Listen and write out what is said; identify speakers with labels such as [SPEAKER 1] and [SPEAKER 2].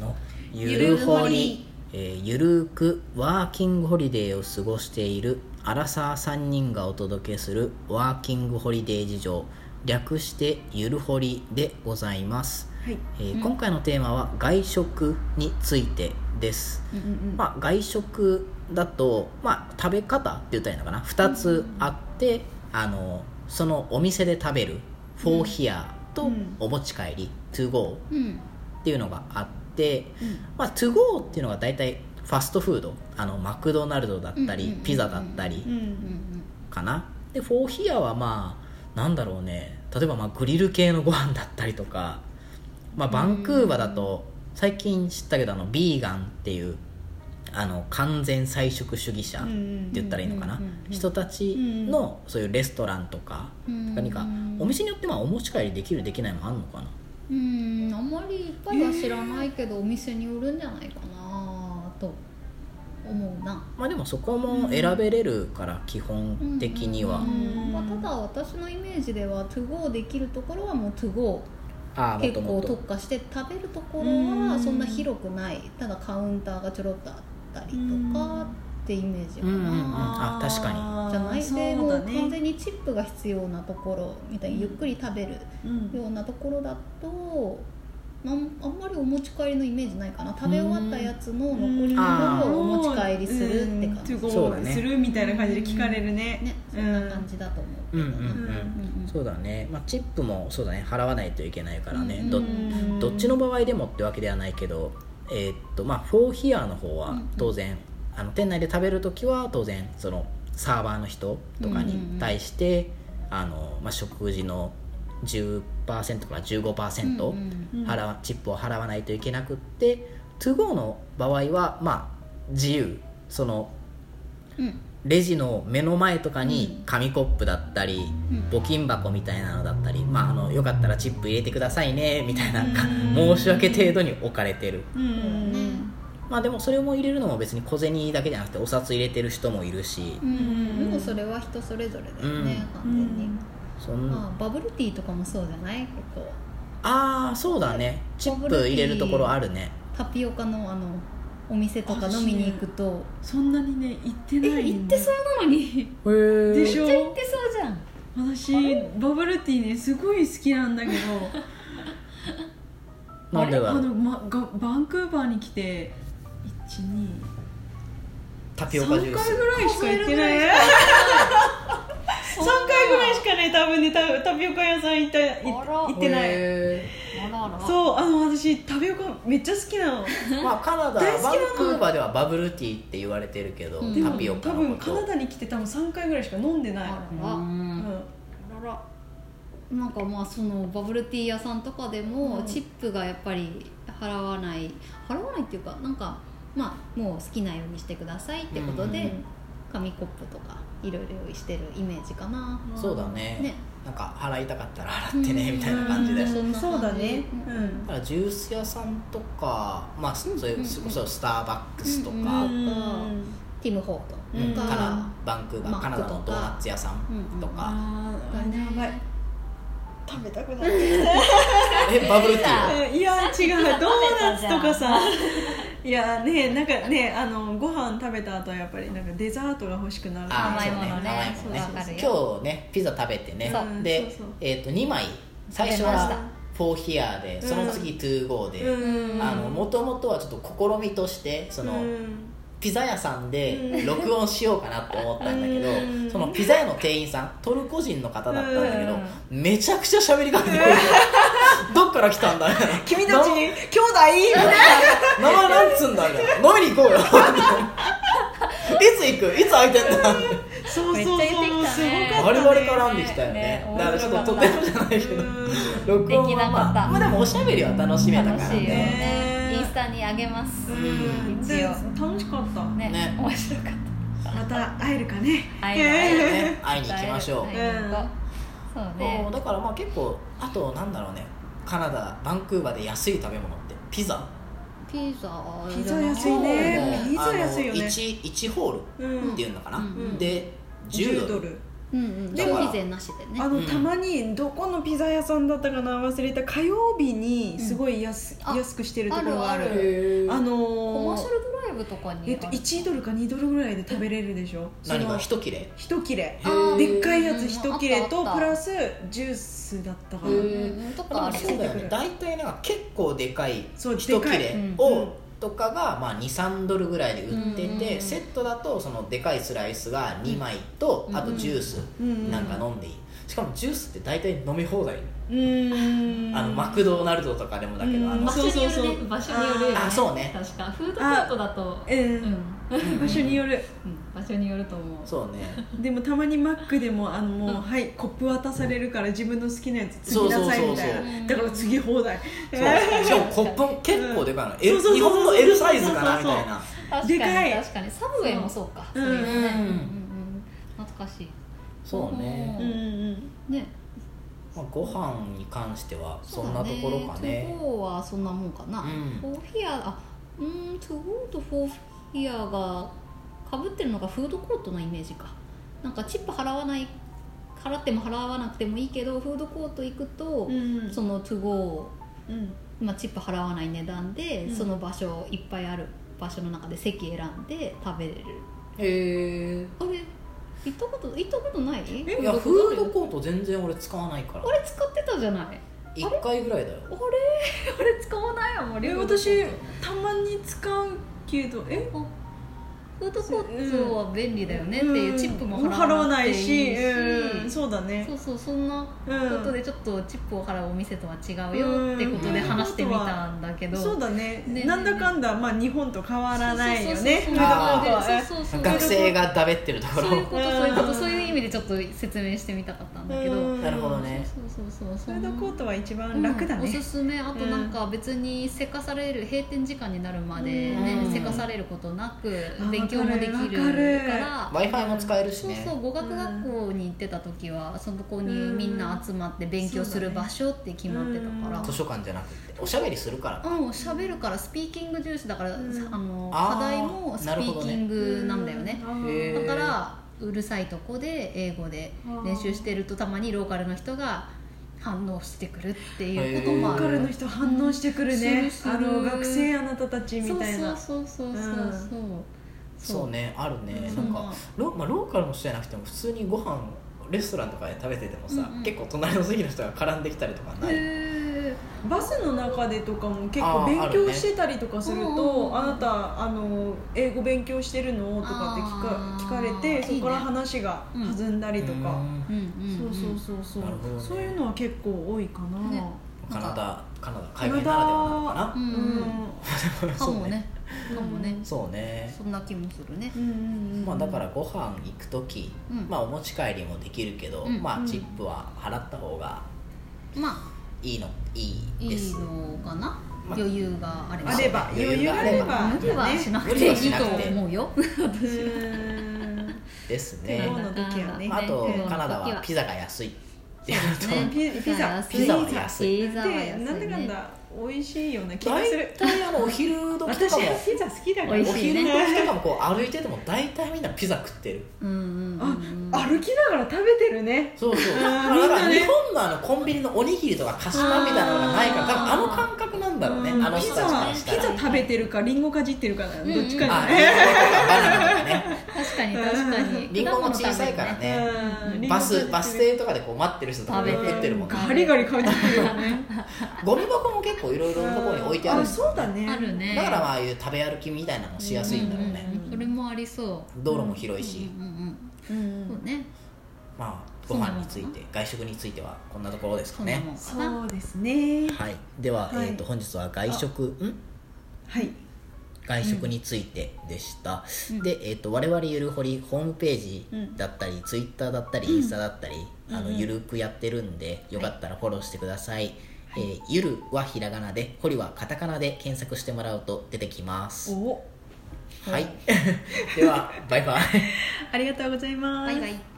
[SPEAKER 1] の
[SPEAKER 2] ゆるほり、
[SPEAKER 1] えーゆるーくワーキングホリデーを過ごしているアラサー3人がお届けするワーキングホリデー事情略してゆるほりでございます、
[SPEAKER 2] はい
[SPEAKER 1] えー今回のテーマは外食についてです、
[SPEAKER 2] うんうんうん
[SPEAKER 1] まあ、外食だと、まあ、食べ方って言ったらいいのかな2つあって、あのそのお店で食べるフォーヒア
[SPEAKER 2] う
[SPEAKER 1] と
[SPEAKER 2] ん
[SPEAKER 1] お持ち帰り、トゥーゴ
[SPEAKER 2] うんうん
[SPEAKER 1] ーっていうのがあって、まあ、トゥーゴーっていうのが大体ファストフードあのマクドナルドだったり、
[SPEAKER 2] うんうんうんうん
[SPEAKER 1] ピザだったり
[SPEAKER 2] うんうん
[SPEAKER 1] かなでフォーヒアはまあなんだろうね例えばまあグリル系のご飯だったりとか、まあ、バンクーバーだと最近知ったけどあのビーガンっていうあの完全菜食主義者っ
[SPEAKER 2] うんう
[SPEAKER 1] て
[SPEAKER 2] ん
[SPEAKER 1] 言ったらいいのかな
[SPEAKER 2] うんうんうん
[SPEAKER 1] 人たちのそういうレストランとか
[SPEAKER 2] うん
[SPEAKER 1] 何かお店によってまあお持ち帰りできるできないもあるのかな
[SPEAKER 3] うんあんまりいっぱいは知らないけど、お店によるんじゃないかなと思うな、
[SPEAKER 1] まあでもそこも選べれるから基本的には、
[SPEAKER 3] うんうんうんまあ、
[SPEAKER 2] うん
[SPEAKER 3] ただ私のイメージでは TOGO できるところはもう TOGO
[SPEAKER 1] ああも
[SPEAKER 3] 結
[SPEAKER 1] とも
[SPEAKER 3] 構
[SPEAKER 1] と
[SPEAKER 3] 特化して食べるところ
[SPEAKER 2] う
[SPEAKER 3] は
[SPEAKER 2] ん
[SPEAKER 3] そんな広くないただカウンターがちょろっとあったりとかってイメージか
[SPEAKER 1] うんうんうん
[SPEAKER 3] な、
[SPEAKER 1] あ確かに
[SPEAKER 3] じゃないで
[SPEAKER 2] そ
[SPEAKER 3] も
[SPEAKER 2] うだ
[SPEAKER 3] う
[SPEAKER 2] ね
[SPEAKER 3] 完全にチップが必要なところみたいにゆっくり食べる
[SPEAKER 2] うん
[SPEAKER 3] ようなところだとなんあんまりお持ち帰りのイメージないかな食べ終わったやつの残り
[SPEAKER 1] あ
[SPEAKER 3] の
[SPEAKER 1] ー
[SPEAKER 3] をお持ち帰りするって感じ、
[SPEAKER 2] うん、
[SPEAKER 1] そうだね
[SPEAKER 2] するみたいな感じで聞かれるね
[SPEAKER 3] ねそんな感じだと思うけどな、
[SPEAKER 1] うんうん
[SPEAKER 3] うんうん
[SPEAKER 1] そうだね、まあ、チップもそうだね払わないといけないからね、ど
[SPEAKER 3] うん
[SPEAKER 1] どっちの場合でもってわけではないけど、えーっとまあ、フォーヒアの方
[SPEAKER 3] うん
[SPEAKER 1] は
[SPEAKER 3] うん
[SPEAKER 1] 当然、あの店内で食べる時は当然そのサーバーの人とか
[SPEAKER 3] うんうんう
[SPEAKER 1] に
[SPEAKER 3] ん
[SPEAKER 1] 対して、あのまあ、食事の10%から15%、
[SPEAKER 3] うんうん
[SPEAKER 2] うん
[SPEAKER 1] 払わチップを払わないといけなくって、TOGO の場合は、まあ、自由その
[SPEAKER 3] うん
[SPEAKER 1] レジの目の前とか
[SPEAKER 3] う
[SPEAKER 1] に
[SPEAKER 3] ん
[SPEAKER 1] 紙コップだったり、
[SPEAKER 3] うん
[SPEAKER 1] 募金箱みたいなのだったり、まあ、あのよかったらチップ入れてくださいねみたいなか
[SPEAKER 2] う
[SPEAKER 1] 申
[SPEAKER 2] ん
[SPEAKER 1] し訳程度に置かれてる、
[SPEAKER 2] うんうん
[SPEAKER 3] ね
[SPEAKER 1] まあ、でもそれも入れるのも別に小銭だけじゃなくてお札入れてる人もいるし
[SPEAKER 3] うんでもそれは人それぞれだよね、
[SPEAKER 1] う
[SPEAKER 3] 完
[SPEAKER 2] う
[SPEAKER 3] 全に、
[SPEAKER 2] ん
[SPEAKER 1] そん
[SPEAKER 3] まあ、バブルティーとかもそうじゃない結構
[SPEAKER 1] ああそうだねチップ入れるところあるね
[SPEAKER 3] タピオカのあのお店とか飲みに行くと
[SPEAKER 2] そんなにね行って
[SPEAKER 3] え
[SPEAKER 2] ない
[SPEAKER 3] 行ってそうなのに
[SPEAKER 1] へ
[SPEAKER 2] で
[SPEAKER 1] え
[SPEAKER 2] し
[SPEAKER 3] めっちゃ行っ
[SPEAKER 2] ょ
[SPEAKER 3] てそうじゃん
[SPEAKER 2] 私バブルティーねすごい好きなんだけど
[SPEAKER 1] なんで
[SPEAKER 2] あ
[SPEAKER 1] だ
[SPEAKER 2] れあ
[SPEAKER 1] ろう
[SPEAKER 2] の、ま、がバンクーバーに来て
[SPEAKER 1] タピオカジュ
[SPEAKER 2] 123
[SPEAKER 1] ー
[SPEAKER 2] 回
[SPEAKER 1] ス
[SPEAKER 2] ぐらいしか行ってない3回ぐらいしかね多分ねタタピオカ屋さん行った行っ
[SPEAKER 3] あら
[SPEAKER 2] 行ってない
[SPEAKER 1] へ
[SPEAKER 3] あらあら
[SPEAKER 2] そうあの私タピオカめっちゃ好きなの
[SPEAKER 1] ーまあカナダ
[SPEAKER 2] 大好きな
[SPEAKER 1] バン
[SPEAKER 2] の
[SPEAKER 1] クーバーではバブルティーって言われてるけど、
[SPEAKER 3] うん
[SPEAKER 2] でも
[SPEAKER 1] タピオカの
[SPEAKER 2] 多分
[SPEAKER 1] こ
[SPEAKER 2] カ
[SPEAKER 1] と
[SPEAKER 2] ナダに来て多分3回ぐらいしか飲んでない
[SPEAKER 3] あ
[SPEAKER 1] う
[SPEAKER 3] ら
[SPEAKER 2] うんん
[SPEAKER 3] あらなんかまあそのバブルティー屋さんとかでも
[SPEAKER 2] うん
[SPEAKER 3] チップがやっぱり払わない払わないっていうかなんかまあもう好きなようにしてくださいってこと
[SPEAKER 1] うん
[SPEAKER 3] で紙コップとかいろいろ用意してるイメージかな
[SPEAKER 1] そうだね
[SPEAKER 3] ね
[SPEAKER 1] なんか払いたかったら払ってね、
[SPEAKER 3] うん
[SPEAKER 1] みたいな感じで、
[SPEAKER 3] うん
[SPEAKER 1] だ
[SPEAKER 2] うんそうだね
[SPEAKER 3] う
[SPEAKER 1] からジュース屋さんとかまあそういう
[SPEAKER 3] うん
[SPEAKER 1] それこそスターバックスとか、
[SPEAKER 3] う
[SPEAKER 1] うんん
[SPEAKER 2] うん
[SPEAKER 3] んティム・ホ
[SPEAKER 1] カ
[SPEAKER 3] ートと
[SPEAKER 1] ナ
[SPEAKER 3] か、
[SPEAKER 1] ダバンクーバ
[SPEAKER 3] マ
[SPEAKER 1] ーカ
[SPEAKER 3] ック
[SPEAKER 1] ナダのド
[SPEAKER 3] とか
[SPEAKER 1] ーナツ屋さんとか、
[SPEAKER 2] あーあ
[SPEAKER 3] だね
[SPEAKER 2] やばい食べたくなって
[SPEAKER 1] えバブルティー
[SPEAKER 2] うんいや違うドーナツとかさいやねなんかねあのご飯食べた後はやっぱりなんかデザートが欲しくなる
[SPEAKER 1] あー
[SPEAKER 3] 甘いものね
[SPEAKER 1] そうね
[SPEAKER 3] そ
[SPEAKER 1] 甘いも
[SPEAKER 3] うわ
[SPEAKER 1] ん
[SPEAKER 3] か
[SPEAKER 1] ね
[SPEAKER 3] る
[SPEAKER 1] 今日ねピザ食べてね
[SPEAKER 2] そう
[SPEAKER 1] で
[SPEAKER 2] そうそう
[SPEAKER 1] えっと2枚最初
[SPEAKER 3] 食べまし
[SPEAKER 1] は
[SPEAKER 3] た
[SPEAKER 1] フォーヒアでその次トゥーゴーで、
[SPEAKER 2] うん
[SPEAKER 1] あのもともとはちょっと試みとしてその、
[SPEAKER 2] うん
[SPEAKER 1] ピザ屋さん
[SPEAKER 2] う
[SPEAKER 1] で
[SPEAKER 2] ん
[SPEAKER 1] 録音しようかなと思ったんだけど、
[SPEAKER 2] うん
[SPEAKER 1] そのピザ屋の店員さんトルコ人の方だったんだけど、
[SPEAKER 2] うん
[SPEAKER 1] めちゃくちゃ喋りかけて くる、どっから来たんだみたいな
[SPEAKER 2] 君たち
[SPEAKER 1] な
[SPEAKER 2] 兄弟
[SPEAKER 1] 名前なんつうんだみたいな飲みに行こうよいつ行くいつ空いてんだ
[SPEAKER 2] そうそうそう
[SPEAKER 3] めっちゃ言ってきたね
[SPEAKER 2] す
[SPEAKER 1] バ
[SPEAKER 2] ごかっ
[SPEAKER 1] リ
[SPEAKER 2] た
[SPEAKER 1] バリ絡んできたよね
[SPEAKER 3] ね
[SPEAKER 1] だからちょっととてもじゃないけど
[SPEAKER 2] う
[SPEAKER 1] 録音
[SPEAKER 3] できな
[SPEAKER 1] は
[SPEAKER 3] か
[SPEAKER 1] ま
[SPEAKER 3] っ
[SPEAKER 1] あ、
[SPEAKER 3] た
[SPEAKER 1] まあでもおしゃべりは楽しめたから
[SPEAKER 3] 楽しい
[SPEAKER 1] ね
[SPEAKER 3] よね
[SPEAKER 2] ね
[SPEAKER 3] インスタにあげます、
[SPEAKER 2] ん
[SPEAKER 3] 一応
[SPEAKER 2] で楽しかった
[SPEAKER 3] ね
[SPEAKER 1] ね
[SPEAKER 3] 面白かっ
[SPEAKER 2] また会えるかね
[SPEAKER 3] 会える
[SPEAKER 1] ね会い
[SPEAKER 3] た
[SPEAKER 1] に行きましょう、
[SPEAKER 3] 伝える
[SPEAKER 2] うん
[SPEAKER 3] 伝えるそう
[SPEAKER 1] そ
[SPEAKER 3] ね
[SPEAKER 1] うだからまあ結構あとなんだろうねカナダバンクーバーで安い食べ物ってピザ
[SPEAKER 3] ピザ
[SPEAKER 2] ピザ安いね
[SPEAKER 1] そう
[SPEAKER 2] ピザ安いよね
[SPEAKER 1] あの 1, 1ホール
[SPEAKER 2] うん
[SPEAKER 1] っていうのかな、
[SPEAKER 3] うん
[SPEAKER 2] うん
[SPEAKER 1] で10
[SPEAKER 2] 10
[SPEAKER 1] ド
[SPEAKER 2] ド
[SPEAKER 1] ル
[SPEAKER 2] ル
[SPEAKER 3] うんうん
[SPEAKER 2] で
[SPEAKER 3] 消
[SPEAKER 2] も
[SPEAKER 3] 費税なしでね
[SPEAKER 2] あの、
[SPEAKER 1] うん
[SPEAKER 2] たまにどこのピザ屋さんだったかな忘れた火曜日にすごい安,、
[SPEAKER 3] うんあ
[SPEAKER 2] 安くしてるところがある
[SPEAKER 3] あるある
[SPEAKER 1] へー
[SPEAKER 2] あ
[SPEAKER 3] コマ
[SPEAKER 2] の
[SPEAKER 3] ーシャ
[SPEAKER 2] ー
[SPEAKER 3] ルドライブとかに
[SPEAKER 2] えっと、
[SPEAKER 3] ある
[SPEAKER 2] 1ドルか2ドルぐらいで食べれるでしょそ
[SPEAKER 1] 何
[SPEAKER 2] の
[SPEAKER 1] が一切れ
[SPEAKER 2] 一切れ
[SPEAKER 1] あー
[SPEAKER 2] でっかいやつ一切れ
[SPEAKER 3] うん
[SPEAKER 2] と
[SPEAKER 3] うんあったあった
[SPEAKER 2] プラスジュースだったか
[SPEAKER 3] うん
[SPEAKER 2] な
[SPEAKER 3] うんとかある
[SPEAKER 1] そうだよね大体なんか結構でかい
[SPEAKER 2] そう
[SPEAKER 1] 一切
[SPEAKER 2] でかい
[SPEAKER 1] れ
[SPEAKER 3] う
[SPEAKER 1] を
[SPEAKER 2] ん
[SPEAKER 1] とかがまあ23ドルぐらいで売って
[SPEAKER 3] うんうんうん
[SPEAKER 1] てセットだとそのでかいスライスが2枚と
[SPEAKER 3] うん
[SPEAKER 1] あとジュース
[SPEAKER 2] うん
[SPEAKER 1] なんか飲んでいいしかもジュースって大体飲み放題
[SPEAKER 2] うーん
[SPEAKER 1] あのマクドナルドとかでもだけ
[SPEAKER 2] う
[SPEAKER 1] ど
[SPEAKER 2] ん
[SPEAKER 1] あの
[SPEAKER 4] 場所による
[SPEAKER 2] そうそうそ
[SPEAKER 4] ね
[SPEAKER 2] う
[SPEAKER 4] 場所によるよね
[SPEAKER 1] あそうね
[SPEAKER 4] 確かフードコートだと
[SPEAKER 2] う
[SPEAKER 4] うんん
[SPEAKER 2] 場所による
[SPEAKER 4] うん場所によると思う
[SPEAKER 1] そうね
[SPEAKER 2] でもたまにマックでもあのもう、はいコップ渡されるから自分の好きなやつ継ぎなさいみた
[SPEAKER 1] そう
[SPEAKER 3] そうそうそ
[SPEAKER 2] いうなだから継ぎ放題
[SPEAKER 1] そうしかもコップも結構でかいの、L
[SPEAKER 2] そうそうそうそう
[SPEAKER 1] 日本の L サイズかなみたいな
[SPEAKER 3] 確か
[SPEAKER 2] で
[SPEAKER 3] に
[SPEAKER 2] かい
[SPEAKER 3] 確かにサブウェイもそうか
[SPEAKER 2] うん
[SPEAKER 3] そういうのね
[SPEAKER 1] うん
[SPEAKER 3] うんうん懐かしい
[SPEAKER 1] そう
[SPEAKER 2] う
[SPEAKER 1] ね、
[SPEAKER 2] んうん
[SPEAKER 3] ね
[SPEAKER 1] まあ、ご飯に関してはそんなところか
[SPEAKER 3] そうだ
[SPEAKER 1] ね
[SPEAKER 3] トゥーゴーはそんなもんかな、
[SPEAKER 1] うん
[SPEAKER 3] フォーフィアあうーんトゥーゴーとフォーフィアがかぶってるのがフードコートのイメージかなんかチップ払わない払っても払わなくてもいいけどフードコート行くと
[SPEAKER 2] う、んうん
[SPEAKER 3] そのトゥーゴ
[SPEAKER 2] う
[SPEAKER 3] ー
[SPEAKER 2] ん
[SPEAKER 3] まあ、チップ払わない値段で、
[SPEAKER 2] うん
[SPEAKER 3] その場所いっぱいある場所の中で席選んで食べれる
[SPEAKER 1] へ
[SPEAKER 3] あれ行ったこと行ったことない
[SPEAKER 1] えいやフードコート全然俺使わないから
[SPEAKER 3] あれ使ってたじゃない
[SPEAKER 1] 1回ぐらいだよ
[SPEAKER 3] あれあれ使わないよもう
[SPEAKER 2] え
[SPEAKER 3] フードコート
[SPEAKER 2] 私たまに使うけどえ
[SPEAKER 3] フードコートは便利だよねって
[SPEAKER 2] うん
[SPEAKER 3] いうチップも払
[SPEAKER 2] 払
[SPEAKER 3] わ
[SPEAKER 2] わな
[SPEAKER 3] なくてい
[SPEAKER 2] い
[SPEAKER 3] い
[SPEAKER 2] し
[SPEAKER 3] し
[SPEAKER 2] うんそうだね
[SPEAKER 3] そうそうそん
[SPEAKER 2] う
[SPEAKER 3] な
[SPEAKER 2] ん
[SPEAKER 3] ことでちょっとチップを払うお店とは違うよってことで
[SPEAKER 1] うん
[SPEAKER 3] 話してみたんだけど
[SPEAKER 2] そうだね
[SPEAKER 3] ね
[SPEAKER 2] なんだかんだまあ日本と変わらないよね
[SPEAKER 3] そう
[SPEAKER 2] フードコートは
[SPEAKER 3] そうそうそうそうそうそう
[SPEAKER 1] 学生がだべってるとこ
[SPEAKER 3] そういう
[SPEAKER 1] ろ
[SPEAKER 3] ことそういうことそういう意味でちょっと説明してみたかったんだけど
[SPEAKER 2] うん
[SPEAKER 1] なるほどね
[SPEAKER 3] そうそうそう
[SPEAKER 2] フ
[SPEAKER 3] そう
[SPEAKER 2] ードコートは一番楽だ
[SPEAKER 3] うんお
[SPEAKER 2] ね
[SPEAKER 3] すすめあとなんか別にせかされる閉店時間になるまでね
[SPEAKER 1] うん
[SPEAKER 3] せかされることなく
[SPEAKER 2] あ
[SPEAKER 3] 勉強もでき
[SPEAKER 2] わかる
[SPEAKER 3] るか
[SPEAKER 2] わ
[SPEAKER 3] ら
[SPEAKER 1] w i f i も使えるし
[SPEAKER 3] そう
[SPEAKER 1] ね
[SPEAKER 3] そう語学学校に行ってた時はそのこにみんな集まって勉強する場所って決まってたから
[SPEAKER 1] 図書館じゃなくておしゃべりするから
[SPEAKER 3] うん喋るからスピーキング重視だから、
[SPEAKER 2] うん
[SPEAKER 3] あの
[SPEAKER 1] あー
[SPEAKER 3] 課題もスピーキングなんだよね
[SPEAKER 2] うん
[SPEAKER 1] へー
[SPEAKER 3] だからうるさいとこで英語で練習してるとたまにローカルの人が反応してくるっていうことも
[SPEAKER 2] ロ
[SPEAKER 3] あ
[SPEAKER 2] ーカ
[SPEAKER 3] る
[SPEAKER 2] ルの人反応してくるね
[SPEAKER 3] するする
[SPEAKER 2] あの学生あなたたちみ
[SPEAKER 3] そう
[SPEAKER 2] たいな
[SPEAKER 3] そうそうそうそう
[SPEAKER 2] うん
[SPEAKER 3] そう
[SPEAKER 1] そうねあるね
[SPEAKER 3] そ
[SPEAKER 1] な
[SPEAKER 3] うん
[SPEAKER 1] かロ,、まあ、ローカルの人じゃなくても普通にご飯レストランとかで食べててもさ、
[SPEAKER 3] うんうん
[SPEAKER 1] 結構隣の席の人が絡んできたりとかない、
[SPEAKER 3] へ
[SPEAKER 2] バスの中でとかも結
[SPEAKER 1] あ
[SPEAKER 2] 構
[SPEAKER 1] ー
[SPEAKER 2] 勉
[SPEAKER 1] ある
[SPEAKER 2] 強
[SPEAKER 1] ね
[SPEAKER 2] してたりとかする
[SPEAKER 3] うんうんう
[SPEAKER 2] と「
[SPEAKER 3] ん
[SPEAKER 2] あなたあの英語勉強してるの?」とかって聞か
[SPEAKER 3] あー
[SPEAKER 2] 聞かれてそ
[SPEAKER 3] いいね
[SPEAKER 2] こから話が弾んだりとか、
[SPEAKER 1] うん
[SPEAKER 3] ーうんうん
[SPEAKER 2] そうそうそうそう、
[SPEAKER 1] なるほどね
[SPEAKER 2] そういうのは結構多いかな、
[SPEAKER 3] ね
[SPEAKER 1] カナダカナダ
[SPEAKER 2] カ
[SPEAKER 1] 海外
[SPEAKER 2] ナダ
[SPEAKER 1] ならではなのかな
[SPEAKER 3] うん
[SPEAKER 1] そう
[SPEAKER 3] かもねかもね、
[SPEAKER 1] そうね
[SPEAKER 3] そんな気もするね
[SPEAKER 2] うんうんうんうん
[SPEAKER 1] まあ、だからご飯行く時、
[SPEAKER 3] うん
[SPEAKER 1] まあ、お持ち帰りもできるけど、
[SPEAKER 3] うん
[SPEAKER 1] ま
[SPEAKER 2] う
[SPEAKER 1] あ、
[SPEAKER 2] ん
[SPEAKER 1] チップは払った方が
[SPEAKER 3] ま
[SPEAKER 1] いいのい
[SPEAKER 3] あ
[SPEAKER 1] い
[SPEAKER 3] い
[SPEAKER 1] で
[SPEAKER 3] い
[SPEAKER 1] す
[SPEAKER 3] のかな
[SPEAKER 1] まあ
[SPEAKER 3] 余裕があれば
[SPEAKER 2] あれば
[SPEAKER 1] そうね
[SPEAKER 2] 余裕があれば
[SPEAKER 3] 無理はしなくていいと思うよ
[SPEAKER 2] うーん
[SPEAKER 1] です
[SPEAKER 2] 手
[SPEAKER 1] ね
[SPEAKER 2] 放の時はね
[SPEAKER 1] まああと
[SPEAKER 3] 手放の
[SPEAKER 1] カナダ
[SPEAKER 3] 時
[SPEAKER 1] はピザが安いっていう
[SPEAKER 3] そうですね
[SPEAKER 2] ピピザ
[SPEAKER 1] ピザは安い
[SPEAKER 3] ピザは
[SPEAKER 2] で
[SPEAKER 3] 安いね
[SPEAKER 2] なんだかんだ美味しいような気がす
[SPEAKER 1] 大
[SPEAKER 2] る
[SPEAKER 1] 体あのお昼時と
[SPEAKER 2] 私
[SPEAKER 1] かも
[SPEAKER 2] ピザ好きだか
[SPEAKER 3] 美
[SPEAKER 1] お
[SPEAKER 2] ら
[SPEAKER 3] 味しい
[SPEAKER 1] 昼
[SPEAKER 3] ね
[SPEAKER 1] 時とかもこう歩いてても大体みんなピザ食ってる
[SPEAKER 3] うんうん
[SPEAKER 2] あ
[SPEAKER 3] うん
[SPEAKER 2] 歩きながら食べてるね
[SPEAKER 1] そうそう
[SPEAKER 2] うん
[SPEAKER 1] だから
[SPEAKER 2] みんなね
[SPEAKER 1] 日本のあのコンビニのおにぎりとか菓子パンみたいなのがないから多分あの感覚なんだろうね
[SPEAKER 2] うん
[SPEAKER 1] あの人
[SPEAKER 2] ピ
[SPEAKER 1] たちからした
[SPEAKER 2] ザピ
[SPEAKER 1] ら
[SPEAKER 2] ザ食べてるかリンゴかじってるかだよ
[SPEAKER 3] うん
[SPEAKER 2] どっちか
[SPEAKER 1] あ
[SPEAKER 2] だ
[SPEAKER 1] リ
[SPEAKER 2] ね
[SPEAKER 1] ンゴとかバナナとかね
[SPEAKER 3] 確かに確かに
[SPEAKER 1] リンゴも小さいからね
[SPEAKER 2] うん
[SPEAKER 1] バスバス停とかでこう待ってる人とか
[SPEAKER 3] 食べてる
[SPEAKER 1] 食ってるもんね
[SPEAKER 2] ガリガリ食べてるよね
[SPEAKER 1] ゴミ箱も結構いろいろなところに置いてある
[SPEAKER 2] あ
[SPEAKER 1] し
[SPEAKER 2] そうだね
[SPEAKER 3] あるね
[SPEAKER 1] だからまあああいう食べ歩きみたいなのもしやすいんだろうね
[SPEAKER 3] んんんそれもありそ
[SPEAKER 1] 道路も広
[SPEAKER 3] う
[SPEAKER 1] いし
[SPEAKER 3] うんうん
[SPEAKER 2] う
[SPEAKER 3] うんんそうね
[SPEAKER 1] まあご飯について外食についてはこんなところです
[SPEAKER 3] そ
[SPEAKER 1] か
[SPEAKER 3] んな
[SPEAKER 1] ね
[SPEAKER 3] もんかな
[SPEAKER 2] そうですね
[SPEAKER 1] はいでは
[SPEAKER 2] はい
[SPEAKER 1] えーと本日は外食ん
[SPEAKER 2] はい
[SPEAKER 1] 外食についてでした、
[SPEAKER 3] うん
[SPEAKER 1] で、えー、と我々ゆるほりホームページだったり、ツイッターだったり、インスタだったり、あのゆるくやってるんでよかったらフォローしてください、えーゆるはひらがなでほりはカタカナで検索してもらうと出てきます
[SPEAKER 2] お
[SPEAKER 1] はい ではバイバイ
[SPEAKER 2] ありがとうございます
[SPEAKER 3] バイバイ